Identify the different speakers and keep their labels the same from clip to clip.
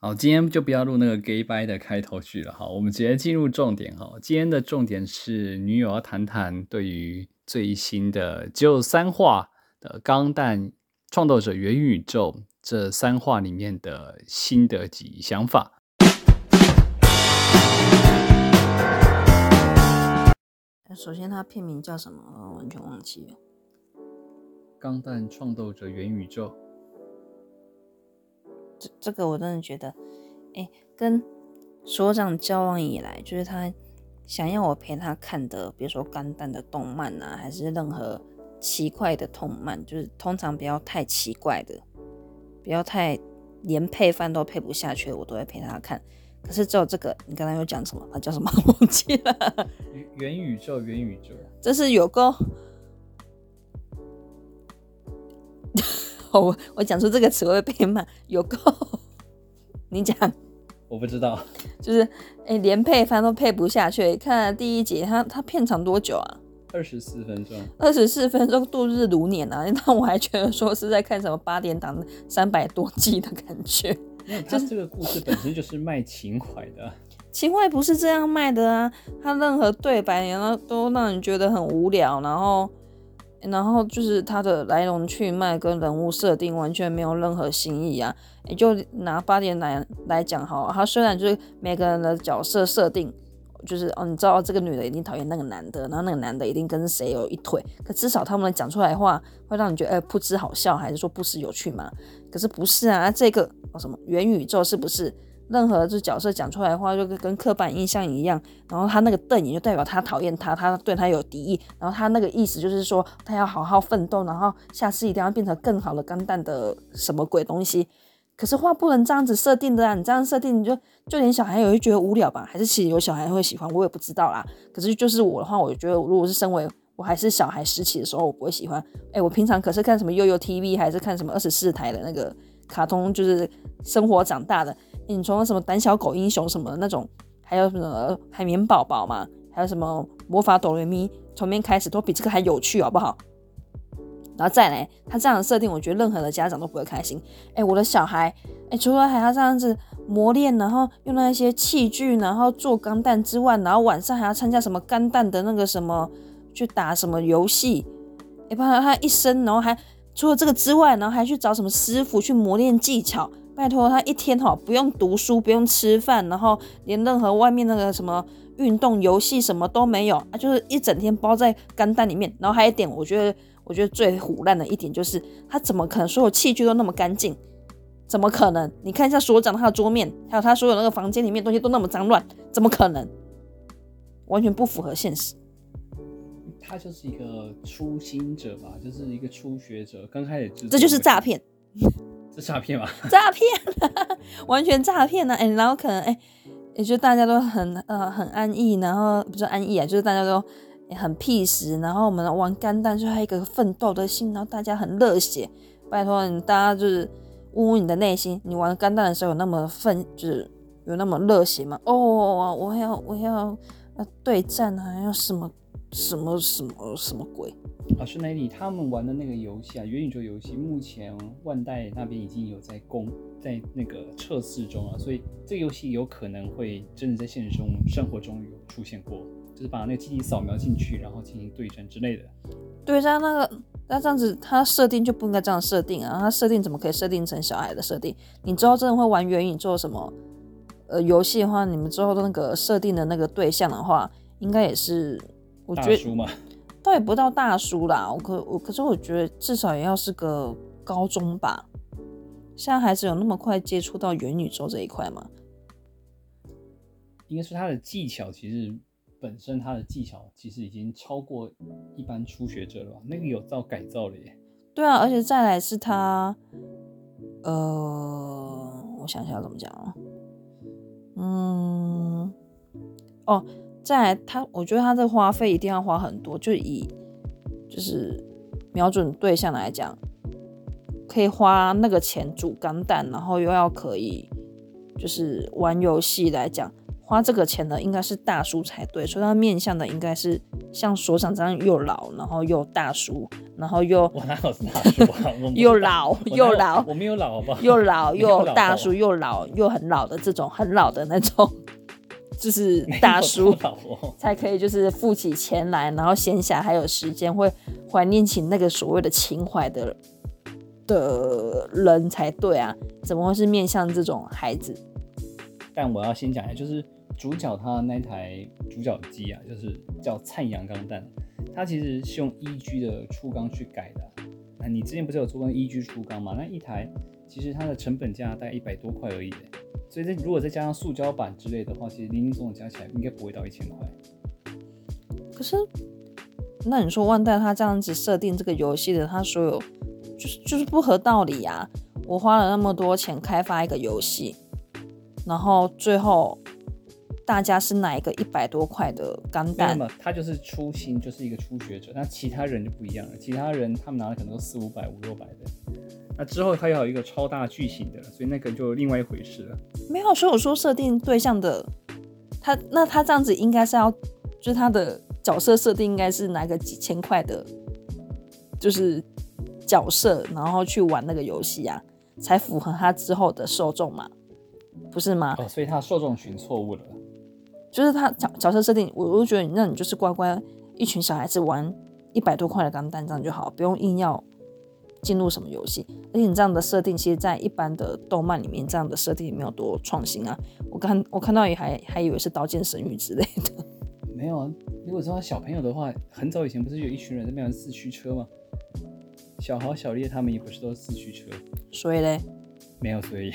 Speaker 1: 好，今天就不要录那个 gay bye 的开头曲了哈，我们直接进入重点哈。今天的重点是女友要谈谈对于最新的只有三话的《钢弹创斗者元宇宙》这三话里面的心得及想法。
Speaker 2: 首先，它片名叫什么？我完全忘记了。
Speaker 1: 《钢弹创斗者元宇宙》
Speaker 2: 这这个我真的觉得，哎、跟所长交往以来，就是他想要我陪他看的，比如说肝胆的动漫啊，还是任何奇怪的动漫，就是通常不要太奇怪的，不要太连配饭都配不下去的，我都会陪他看。可是只有这个，你刚刚又讲什么？他叫什么？ 我忘记了。
Speaker 1: 元元宇宙，元宇宙。
Speaker 2: 这是有够。 哦我我讲出这个词会被骂， 有够。你讲，
Speaker 1: 我不知道，
Speaker 2: 就是哎、诶连配番都配不下去。看了第一集，它它片长多久啊？
Speaker 1: 二十四分钟，
Speaker 2: 二十四分钟度日如年啊！ 但我还觉得说是在看什么八点档三百多季的感觉。
Speaker 1: 它这个故事本身就是卖情怀的啊。
Speaker 2: 情怀不是这样卖的啊，他任何对白然后都让人觉得很无聊，然后，然后就是他的来龙去脉跟人物设定完全没有任何新意啊。也就拿八点来来讲好了，他虽然就是每个人的角色设定。就是哦，你知道这个女的一定讨厌那个男的，然后那个男的一定跟谁有一腿，可至少他们讲出来的话会让你觉得哎不知好笑，还是说不失有趣嘛？可是不是啊，这个、哦、什么元宇宙是不是任何这角色讲出来的话就跟跟刻板印象一样？然后他那个瞪眼就代表他讨厌他，他对他有敌意，然后他那个意思就是说他要好好奋斗，然后下次一定要变成更好的钢蛋的什么鬼东西。可是话不能这样子设定的啊！你这样设定，你就就连小孩也会觉得无聊吧？还是其实有小孩会喜欢，我也不知道啦。可是就是我的话，我觉得如果是身为我还是小孩时期的时候，我不会喜欢。哎、我平常可是看什么悠悠 TV，还是看什么二十四台的那个卡通，就是生活长大的。诶你从什么胆小狗英雄什么那种，还有什么海绵宝宝嘛，还有什么魔法哆瑞咪，从面开始都比这个还有趣，好不好？然后再来，他这样的设定，我觉得任何的家长都不会开心。哎，我的小孩，哎，除了还要这样子磨练，然后用那些器具，然后做钢弹之外，然后晚上还要参加什么钢弹的那个什么，去打什么游戏，哎，不然他一生，然后还除了这个之外，然后还去找什么师傅去磨练技巧。拜托，他一天哈不用读书，不用吃饭，然后连任何外面那个什么运动、游戏什么都没有，啊，就是一整天包在钢弹里面。然后还有一点，我觉得我觉得最虎烂的一点就是，他怎么可能所有器具都那么干净？怎么可能？你看一下所长他的桌面，还有他所有那个房间里面东西都那么脏乱，怎么可能？完全不符合现实。
Speaker 1: 他就是一个初心者吧，就是一个初学者，刚开始制作
Speaker 2: 这就是诈骗，
Speaker 1: 为主，这诈 骗吧？
Speaker 2: 诈骗、啊， 完全诈骗呢、啊！哎、然后可能哎，也、就大家都很呃很安逸，然后不是安逸啊，就是大家都、哎很 peace，然后我们玩干蛋就还有一个奋斗的心，然后大家很热血。拜托你，大家就是问问你的内心，你玩干蛋的时候有那么奋，就是有那么热血吗？哦，我要我要要对战啊，还要什么什么什么什么鬼？
Speaker 1: 啊，顺带一提，他们玩的那个游戏啊，元宇宙游戏，目前万代那边已经有在公在那个测试中啊，所以这个游戏有可能会真的在现实中生活中有出现过，就是把那个机体扫描进去，然后进行对战之类的。
Speaker 2: 对，这样那个那这样子，它设定就不应该这样设定啊！它设定怎么可以设定成小孩的设定？你之后真的会玩元宇宙什么呃游戏的话，你们之后的那个设定的那个对象的话，应该也是我
Speaker 1: 大
Speaker 2: 觉得
Speaker 1: 叔嘛，
Speaker 2: 倒也不到大叔啦，我可我可是我觉得至少也要是个高中吧。现在孩子有那么快接触到元宇宙这一块吗？
Speaker 1: 应该说他的技巧其实本身他的技巧其实已经超过一般初学者了吧？那个有到改造了耶。
Speaker 2: 对啊，而且再来是他，呃，我想想要怎么讲啊，嗯，哦，再来他，我觉得他的花费一定要花很多，就以就是瞄准对象来讲，可以花那个钱煮钢蛋，然后又要可以就是玩游戏来讲，花这个钱的应该是大叔才对，所以他面向的应该是像所长这样又老，然后又大叔，然后又
Speaker 1: 我哪有大叔啊？我
Speaker 2: 又老
Speaker 1: 我哪有
Speaker 2: 又老
Speaker 1: 我没有老好 不好？
Speaker 2: 又老
Speaker 1: 没有
Speaker 2: 又
Speaker 1: 老啊
Speaker 2: 大
Speaker 1: 好
Speaker 2: 叔又老又很老的这种很老的那种， 就是大叔
Speaker 1: 没有多老哦
Speaker 2: 才可以就是付起钱来，然后闲暇还有时间会怀念起那个所谓的情怀的的人才对啊，怎么会是面向这种孩子？
Speaker 1: 但我要先讲一下，就是主角他那台主角机啊，就是叫灿阳钢弹，它其实是用 EG 的初钢去改的啊。那你之前不是有做过 EG 初钢吗？那一台其实它的成本价大概一百多块而已耶，所以这如果再加上塑胶板之类的话，其实零零总总加起来应该不会到一千块。
Speaker 2: 可是，那你说万代他这样子设定这个游戏的，他所有就是就是不合道理啊！我花了那么多钱开发一个游戏，然后最后大家是哪一个一百多块的钢
Speaker 1: 那
Speaker 2: 弹？
Speaker 1: 么他就是初心，就是一个初学者。那其他人就不一样了，其他人他们拿的可能都四五百、五六百的。那之后他要有一个超大巨型的了，所以那个就另外一回事了。
Speaker 2: 没有，所以我说设定对象的他，那他这样子应该是要，就是他的角色设定应该是拿个几千块的，就是角色，然后去玩那个游戏啊，才符合他之后的受众嘛，不是吗？
Speaker 1: 哦，所以他受众群错误了。
Speaker 2: 就是他角角色设定，我我就觉得你那你就是乖乖一群小孩子玩一百多块的钢弹这样就好，不用硬要进入什么游戏。而且你这样的设定，其实在一般的动漫里面，这样的设定也没有多创新啊。我看我看到也还还以为是《刀剑神域》之类的，
Speaker 1: 没有啊，如果说小朋友的话，很早以前不是有一群人在那玩四驱车吗？小豪、小烈他们也不是都是四驱车，
Speaker 2: 所以嘞
Speaker 1: 没有，所以？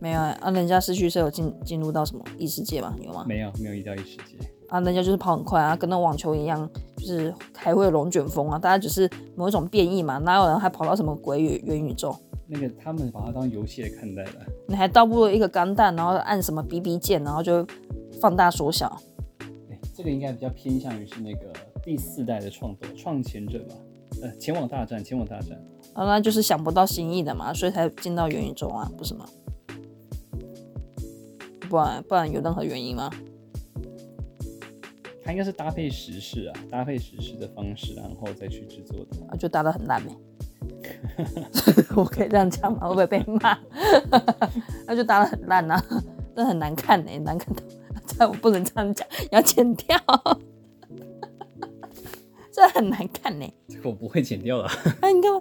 Speaker 2: 没有啊，啊人家失去是有进进入到什么异世界嘛？有吗
Speaker 1: 没有没有一到一世界。
Speaker 2: 啊，人家就是跑很快啊，跟那网球一样，就是还会有龙卷风啊，大家只是某一种变异嘛，哪有人还跑到什么鬼元元宇宙？
Speaker 1: 那个他们把它当游戏来看待了，
Speaker 2: 你还倒不如一个钢弹，然后按什么 BB 键，然后就放大缩小。
Speaker 1: 哎，这个应该比较偏向于是那个第四代的创作创前者吧？呃，前往大战，前往大战。
Speaker 2: 啊，那就是想不到新意的嘛，所以才进到元宇宙啊，不是吗？不然不然有任何原因吗？
Speaker 1: 它应该是搭配时事啊，搭配时事的方式，然后再去制作的。
Speaker 2: 啊，就打得很烂呗。 我可以这样讲吗？会不会被骂？ 那就打得很烂啊，这很难看呢、难看到。这我不能这样讲，要剪掉。 这很难看呢、
Speaker 1: 这个我不会剪掉 的，
Speaker 2: 哎、你干嘛？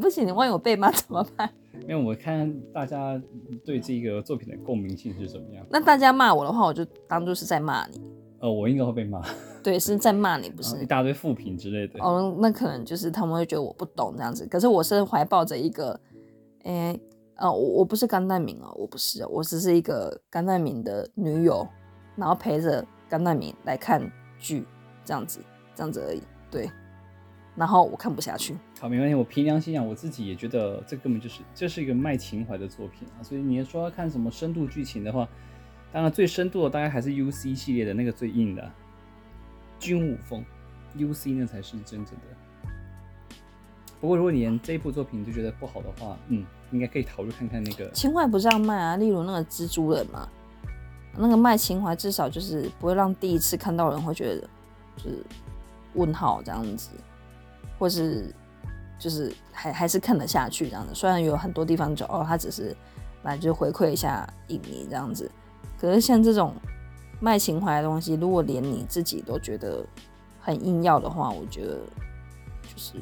Speaker 2: 不行，你万一我被骂怎么办？
Speaker 1: 因为我看大家对这个作品的共鸣性是怎么样。
Speaker 2: 那大家骂我的话，我就当做是在骂你，
Speaker 1: 呃，我应该会被骂，
Speaker 2: 对，是在骂你，不
Speaker 1: 然后一
Speaker 2: 是？
Speaker 1: 大堆负评之类的。
Speaker 2: 哦，那可能就是他们会觉得我不懂这样子。可是我是怀抱着一个，诶、呃，我我不是甘难民哦，我不是哦，我只是一个甘难民的女友，然后陪着甘难民来看剧，这样子，这样子而已。对，然后我看不下去，
Speaker 1: 好，没关系。我凭良心讲，我自己也觉得这根本就是这是一个卖情怀的作品啊。所以你说要看什么深度剧情的话，当然最深度的大概还是 U C 系列的那个最硬的啊、军武风 U C 那才是真正的。不过如果你连这一部作品都觉得不好的话，嗯，应该可以考虑看看那个。
Speaker 2: 情怀不是要卖啊，例如那个蜘蛛人嘛，那个卖情怀至少就是不会让第一次看到人会觉得就是问号这样子，或是就是还还是看得下去这样子。虽然有很多地方就哦，他只是来就是回馈一下影迷这样子，可是像这种卖情怀的东西，如果连你自己都觉得很硬要的话，我觉得就是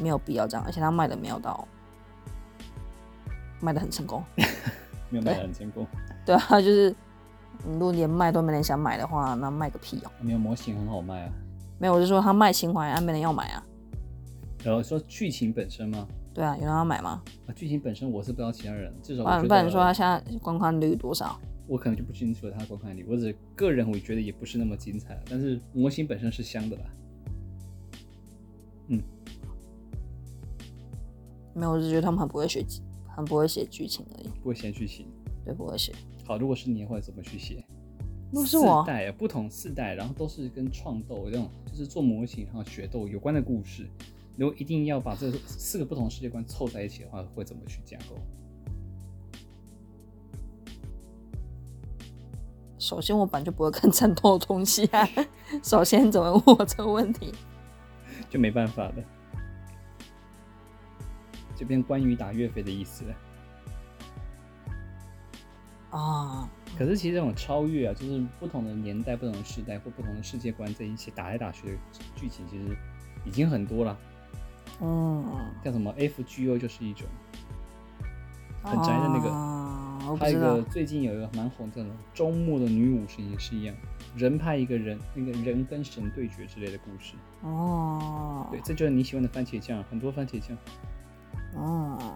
Speaker 2: 没有必要这样，而且他卖的没有到卖的很成功。
Speaker 1: 没有卖
Speaker 2: 哎
Speaker 1: 得很成功，
Speaker 2: 对啊，就是你如果连卖都没人想买的话，那卖个屁哦、
Speaker 1: 没有模型很好卖啊。
Speaker 2: 没有，我就说他卖情怀啊，没人要买啊。
Speaker 1: 然后说剧情本身吗？
Speaker 2: 对啊，有人要买吗？
Speaker 1: 啊，剧情本身我是不知道其他人，至少
Speaker 2: 不
Speaker 1: 啊我觉得
Speaker 2: 然啊不然你说他现在观看率多少？
Speaker 1: 我可能就不清楚了它的观看率，我只个人我觉得也不是那么精彩，但是模型本身是香的啦。
Speaker 2: 没有，我就觉得他们很不会写，很不会写剧情而已，
Speaker 1: 不会写剧情，
Speaker 2: 对，不会写。
Speaker 1: 好，如果是你的话怎么去写？
Speaker 2: 如果是我
Speaker 1: 四代啊不同四代，然后都是跟创斗这种，就是做模型还有决斗有关的故事。如果一定要把这四个不同世界观凑在一起的话，会怎么去架构？
Speaker 2: 首先我本来就不会看战斗的东西啊， 首先怎么问我这个问题？
Speaker 1: 就没办法了。这边关羽打岳飞的意思了。
Speaker 2: 啊、
Speaker 1: 可是其实这种超越啊，就是不同的年代、不同的时代或不同的世界观在一起打来打去的剧情，其实已经很多了。
Speaker 2: 嗯，
Speaker 1: 像什么 F G O 就是一种，很宅的那个
Speaker 2: 啊我不
Speaker 1: 还有
Speaker 2: 知
Speaker 1: 一
Speaker 2: 道
Speaker 1: 个最近有一个蛮红的那种周末的女武神也是一样，人派一个人，那个人跟神对决之类的故事。
Speaker 2: 哦，
Speaker 1: 对，这就是你喜欢的番茄酱，很多番茄酱。
Speaker 2: 哦，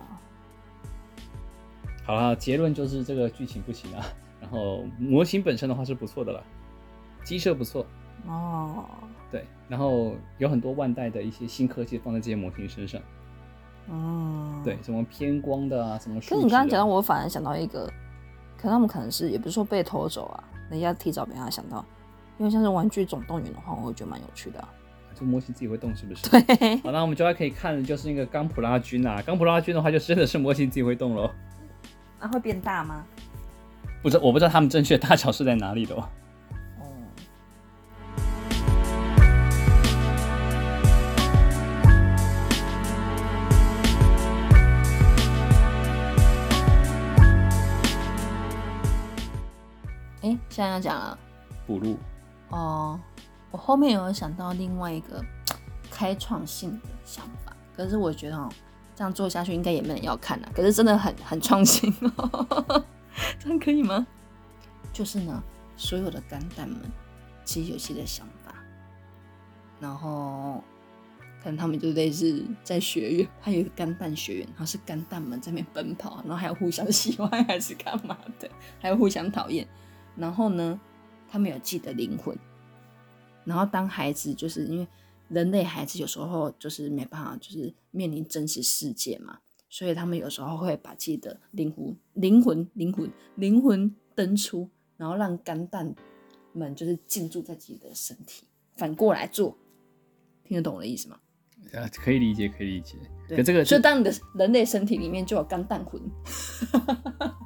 Speaker 1: 好啦，结论就是这个剧情不行啊。 然后模型本身的话是不错的啦，机设不错，
Speaker 2: 哦，
Speaker 1: 对。然后有很多万代的一些新科技放在这些模型身上，
Speaker 2: 嗯，
Speaker 1: 对，。什么偏光的啊，什么、啊。
Speaker 2: 可是你刚刚讲到，，我反而想到一个，可他们可能是也不是说被偷走啊，人家提早被他想到，因为像是《玩具总动员》的话，我会觉得蛮有趣的、啊。
Speaker 1: 就模型自己会动是不是？。
Speaker 2: 对，
Speaker 1: 好，那我们就还可以看的就是那个钢普拉君啊，钢普拉君的话就真的是模型自己会动喽。
Speaker 2: 那、会变大吗？
Speaker 1: 不知我不知道他们正确的大小是在哪里的哦。
Speaker 2: 哦、诶，现在要讲了。
Speaker 1: 补录
Speaker 2: 哦，我后面有想到另外一个开创性的想法，可是我觉得哦，这样做下去应该也没人要看啊了、可是真的很很创新哦， 这样可以吗？就是呢，所有的肝蛋们其实有些的想法，然后可能他们就类似在学院，他有一个肝蛋学院，然后是肝蛋们在那边奔跑，然后还有互相喜欢还是干嘛的，还有互相讨厌，然后呢，他们有自己的灵魂。然后当孩子，就是因为人类孩子有时候就是没办法，就是面临真实世界嘛，所以他们有时候会把自己的灵魂、灵魂、灵魂、灵魂登出，然后让肝蛋们就是进驻在自己的身体，反过来做，听得懂我的意思吗？
Speaker 1: 啊，可以理解，可以理解。
Speaker 2: 对，
Speaker 1: 可这个
Speaker 2: 所以当你的人类身体里面就有肝蛋魂。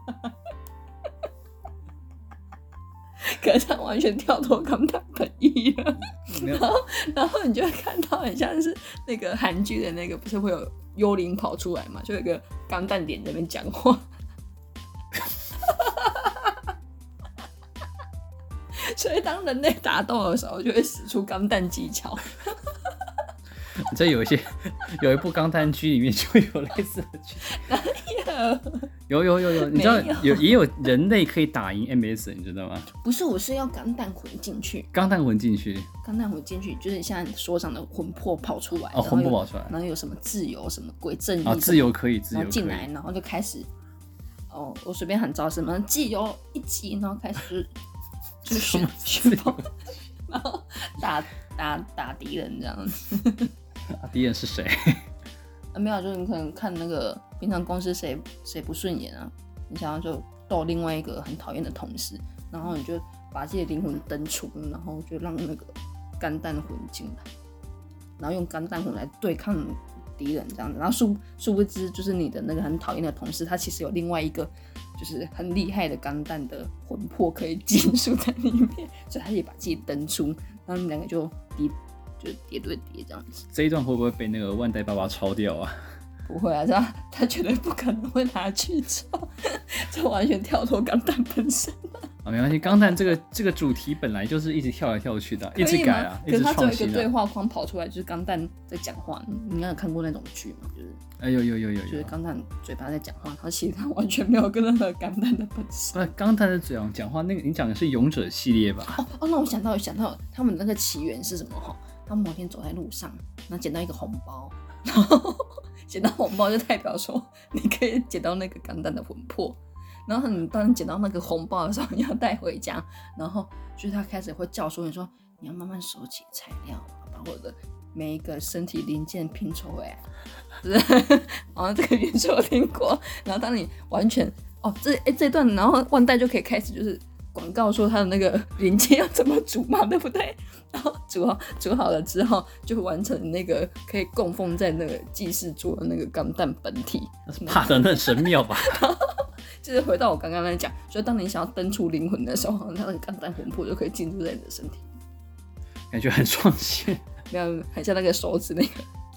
Speaker 2: 可是他完全跳脱肝蛋本意了，
Speaker 1: 没有
Speaker 2: 然后 然后你就会看到很像是那个韩剧的那个，不是会有幽灵跑出来嘛，就有一个钢蛋脸在那边讲话。 所以当人类打斗的时候，就会使出钢蛋技巧。
Speaker 1: 这有一些 有一部《钢弹区》里面就有类似的剧，有有有有，你知道
Speaker 2: 没有
Speaker 1: 有也有人类可以打赢 MS，你知道吗？
Speaker 2: 不是，我是要钢蛋魂进去，
Speaker 1: 钢弹魂进去
Speaker 2: 钢蛋魂进去就是像所长的魂魄跑出来，
Speaker 1: 哦，
Speaker 2: 然后
Speaker 1: 魂不
Speaker 2: 有
Speaker 1: 跑出来
Speaker 2: 然后有什么自由什么鬼正义
Speaker 1: 啊，
Speaker 2: 什
Speaker 1: 自
Speaker 2: 么
Speaker 1: 由可以，自
Speaker 2: 然
Speaker 1: 由
Speaker 2: 后
Speaker 1: 可
Speaker 2: 进来，
Speaker 1: 以，
Speaker 2: 然后就开始，哦，我随便喊招什么自由一级，然后开始就 是
Speaker 1: 什
Speaker 2: 旋
Speaker 1: 么
Speaker 2: 旋风， 然后打打打敌人这样子。
Speaker 1: 啊敌人是谁？
Speaker 2: 啊，没有，就是你可能看那个平常公司谁谁不顺眼啊，你想要就斗另外一个很讨厌的同事，然后你就把自己的灵魂登出，然后就让那个肝蛋魂进来，然后用肝蛋魂来对抗敌人这样子，然后殊殊不知就是你的那个很讨厌的同事，他其实有另外一个就是很厉害的肝蛋的魂魄可以进入在里面，所以他也把自己登出，然后你们两个就敌就叠对叠这样子。
Speaker 1: 这一段会不会被那个万代爸爸抄掉啊？
Speaker 2: 不会啊，这样他绝对不可能会拿去抄，这完全跳脱钢弹本身，
Speaker 1: 啊，没关系，钢弹这个这个主题本来就是一直跳来跳去的啊，一
Speaker 2: 可
Speaker 1: 直
Speaker 2: 以
Speaker 1: 改
Speaker 2: 吗？
Speaker 1: 啊，一
Speaker 2: 可
Speaker 1: 直
Speaker 2: 是他只有
Speaker 1: 创
Speaker 2: 一个
Speaker 1: 新
Speaker 2: 对
Speaker 1: 啊。
Speaker 2: 话框跑出来，就是钢弹在讲话。你你应该有看过那种剧嘛？就是
Speaker 1: 哎呦呦呦呦
Speaker 2: 就是
Speaker 1: 呦！
Speaker 2: 钢弹嘴巴在讲话，然后其实他完全没有跟任何钢弹的本事。
Speaker 1: 不是钢弹的讲讲话，那个你讲的是勇者系列吧？
Speaker 2: 哦哦，那我想到想到他们那个起源是什么哈？他们某天走在路上，然后捡到一个红包，然后 捡到红包就代表说你可以捡到那个钢弹的魂魄。然后你当你捡到那个红包的时候，你要带回家，然后就是他开始会教唆你说你要慢慢收集材料，把我的每一个身体零件拼凑回来。 就是好像这个原著我听过。然后当你完全哦，这哎这段，然后万代就可以开始就是广告说他的那个零件要怎么组嘛，对不对？ 然后组好组好了之后，就完成那个可以供奉在那个祭祀桌的那个钢弹本体。
Speaker 1: 那是怕的那神庙吧？
Speaker 2: 就是回到我刚刚在讲，所以当你想要登出灵魂的时候，那个钢弹魂魄就可以进入在你的身体，
Speaker 1: 感觉很创新。
Speaker 2: 没有，很像那个手指那个，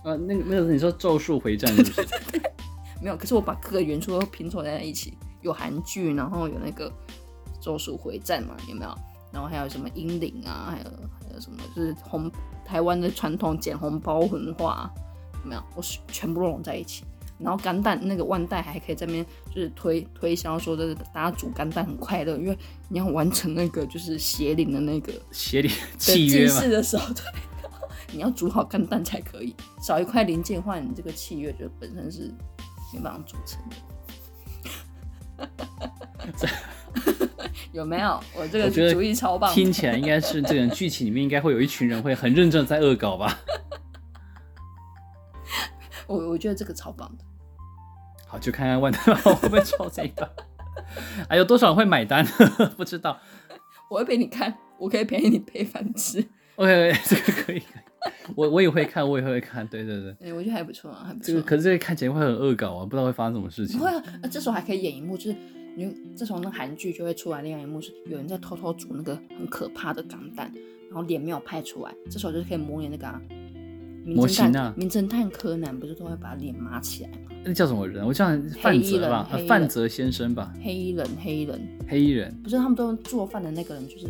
Speaker 1: 呃，那个那个，你说《咒术回战》是不 是？
Speaker 2: 没有。可是我把各个元素都拼凑在一起，有韩剧，然后有那个《咒术回战》嘛，有没有？然后还有什么英灵啊，还有还有什么就是红台湾的传统捡红包文化、有没有？我是全部都拢在一起。然后干蛋那个万代还可以在那边就是推推销说，就是大家煮干蛋很快乐，因为你要完成那个就是邪灵的那个
Speaker 1: 协理
Speaker 2: 对
Speaker 1: 契
Speaker 2: 祭
Speaker 1: 约嘛
Speaker 2: 祀，的时候，对， 然后你要煮好干蛋才可以，少一块零件的话，你这个契约就本身是没办法组成的。有没有？我这
Speaker 1: 我觉
Speaker 2: 个
Speaker 1: 得
Speaker 2: 主意超棒，
Speaker 1: 听起来应该是这个剧情里面应该会有一群人会很认真地在恶搞吧？
Speaker 2: 我我觉得这个超棒的。
Speaker 1: 好，就看看万代会不会抽这一把。 还有多少人会买单？ 不知道。
Speaker 2: 我会陪你看，我可以陪你陪饭吃。
Speaker 1: OK，这 个可以。我我也会看，我也会看。对对对，
Speaker 2: 哎、我觉得还不错啊，还不错。
Speaker 1: 这个可是这个看起来会很恶搞啊，不知道会发生什么事情
Speaker 2: 不。会啊，那这时候还可以演一幕，就是你这时候那韩剧就会出来另外一幕，是有人在偷偷煮那个很可怕的钢蛋，然后脸没有拍出来，这时候就是可以模拟那个、啊、名
Speaker 1: 模
Speaker 2: 侦探
Speaker 1: 型啊
Speaker 2: 名侦探柯南不是都会把脸抹起来吗？
Speaker 1: 那叫什么人？我叫范泽吧，呃
Speaker 2: 黑衣人黑衣人
Speaker 1: 范泽先生吧，
Speaker 2: 黑衣人，黑衣人，
Speaker 1: 黑衣人。
Speaker 2: 不是他们都做饭的那个人，就是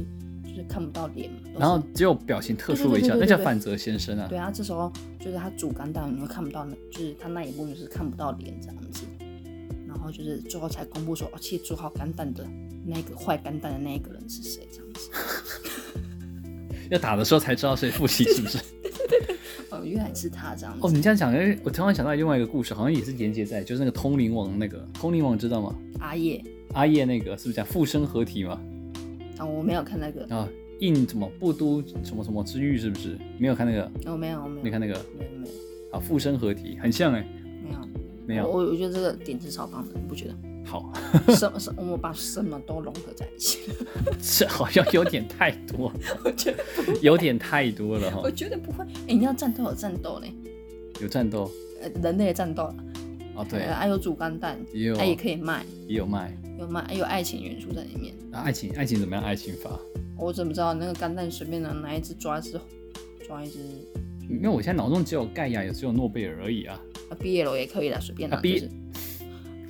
Speaker 2: 就是看不到脸嘛。都是
Speaker 1: 然后只有表情特殊微笑，
Speaker 2: 哦对对对对
Speaker 1: 那
Speaker 2: 对
Speaker 1: 叫
Speaker 2: 对
Speaker 1: 范泽先生啊
Speaker 2: 对。啊，这时候就是他煮干蛋，你就看不到那，就是他那一幕就是看不到脸这样子，然后就是最后才公布说，哦，其实煮好干蛋的那个坏干蛋的那一个人是谁这样子。
Speaker 1: 要打的时候才知道谁复习是 不是？
Speaker 2: 哦，原来是他这样子。
Speaker 1: 哦，你这样讲，哎，我突然想到另外一个故事，好像也是连接在，就是那个通灵王那个通灵王知道吗？
Speaker 2: 阿叶
Speaker 1: 阿叶那个是不是讲附身合体嘛？
Speaker 2: 啊、我没有看那个，
Speaker 1: 啊，印什么布都什么什么之玉是不是？没有看那个？
Speaker 2: 我哦没有，我没有，
Speaker 1: 没看那个
Speaker 2: 没有，没有，
Speaker 1: 啊，附身合体很像哎、
Speaker 2: 没有，
Speaker 1: 没有。
Speaker 2: 我我觉得这个点子超棒的，你不觉 得？
Speaker 1: 好，
Speaker 2: 什么什我们把什么都融合在一起了，
Speaker 1: 这好像有点太 多，
Speaker 2: 我觉得，
Speaker 1: 有点太多了哈
Speaker 2: 我。觉得不会。哎、你要战斗有战斗呢，
Speaker 1: 有战斗
Speaker 2: 呃，人类的战斗啦，
Speaker 1: 啊，对
Speaker 2: 呃，，还有煮干蛋，
Speaker 1: 也有哦
Speaker 2: 哎，也可以卖，
Speaker 1: 也有卖。
Speaker 2: 有卖，有爱情元素在里面。
Speaker 1: 那、爱情爱情怎么样？爱情法？
Speaker 2: 我怎么知道那个干蛋随便拿拿一只抓一只，抓一只
Speaker 1: 因为我现在脑中只有盖亚，也只有诺贝尔而已啊。
Speaker 2: 啊？BL 也可以啦，随便拿，
Speaker 1: 啊，B-
Speaker 2: 就是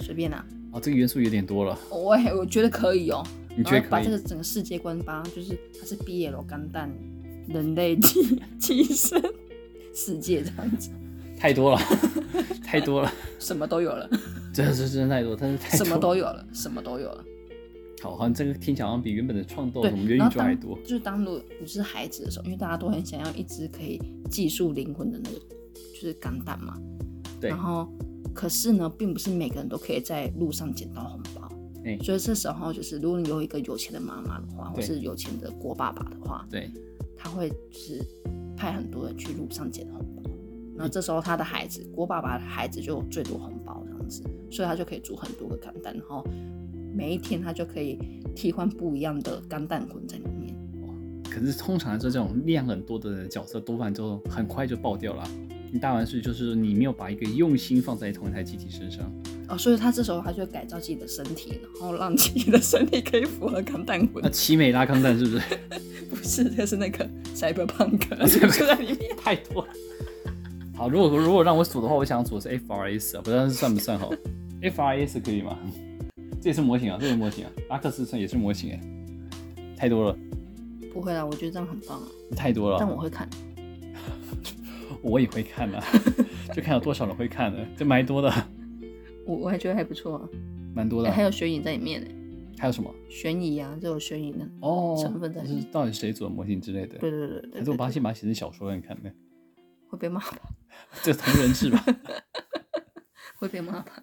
Speaker 2: 随便拿。
Speaker 1: 啊，这个元素有点多了，
Speaker 2: 我也我觉得可以哦、
Speaker 1: 你觉
Speaker 2: 然
Speaker 1: 得
Speaker 2: 后把
Speaker 1: 可
Speaker 2: 这个
Speaker 1: 以？
Speaker 2: 整个世界观吧，就是它是 BL 钢弹人类寄寄生世界这样子，
Speaker 1: 太多 了，太多了，
Speaker 2: 什么都有了，
Speaker 1: 真的是真的太多，但是太多
Speaker 2: 什
Speaker 1: 了
Speaker 2: 么都有了，什么都有了。
Speaker 1: 好，好像这个听起来好像比原本的创作
Speaker 2: 对
Speaker 1: 哦什么，元
Speaker 2: 然
Speaker 1: 宇
Speaker 2: 后
Speaker 1: 宙还
Speaker 2: 当
Speaker 1: 多。
Speaker 2: 就是当如你是孩子的时候，因为大家都很想要一只可以寄宿灵魂的那个，就是钢弹嘛。
Speaker 1: 对
Speaker 2: 然后，可是呢，并不是每个人都可以在路上捡到红包。
Speaker 1: 哎
Speaker 2: 所以这时候就是，如果你有一个有钱的妈妈的话，或
Speaker 1: 对
Speaker 2: 是有钱的郭爸爸的话，
Speaker 1: 对，
Speaker 2: 他会就是派很多人去路上捡红包。
Speaker 1: 嗯
Speaker 2: 然后这时候他的孩子，郭爸爸的孩子就最多红包这样子，所以他就可以煮很多个干蛋，然后每一天他就可以替换不一样的干蛋混在里面。
Speaker 1: 可是通常是这种量很多的角色，多半就很快就爆掉了。你大完事就是你没有把一个用心放在同一台机体身上，
Speaker 2: 哦，所以他这时候他就会改造自己的身体，然后让自己的身体可以符合钢弹魂
Speaker 1: 那，奇美拉康蛋是不是
Speaker 2: 不是，这是那个
Speaker 1: 嗯
Speaker 2: cyberpunk 就在里面。
Speaker 1: 太多了？好，如果如果让我数的话，我想数的是 FRS 啊，不知道算不算好？FRS 可以吗？ 这也是模型啊，这也是模型啊，拉克斯算也是模型哎、太多了，
Speaker 2: 不会啦，我觉得这样很棒啊，
Speaker 1: 太多了。
Speaker 2: 但我会看。
Speaker 1: 我也会看 的、就看有多少人会看的，这蛮多的，
Speaker 2: 我我还觉得还不错、啊
Speaker 1: 蛮多
Speaker 2: 哎
Speaker 1: 的。
Speaker 2: 还有悬疑在里面呢、
Speaker 1: 还有什么？
Speaker 2: 悬疑啊，这有悬疑的。
Speaker 1: 哦，
Speaker 2: 成分在里
Speaker 1: 就是
Speaker 2: 面
Speaker 1: 到底谁做的模型之类的。
Speaker 2: 对对对对
Speaker 1: 还
Speaker 2: 对
Speaker 1: 是我把它
Speaker 2: 对，
Speaker 1: 先把它写成小说让你看呢？
Speaker 2: 会被骂吧？
Speaker 1: 这同人志吧？
Speaker 2: 会被骂吧？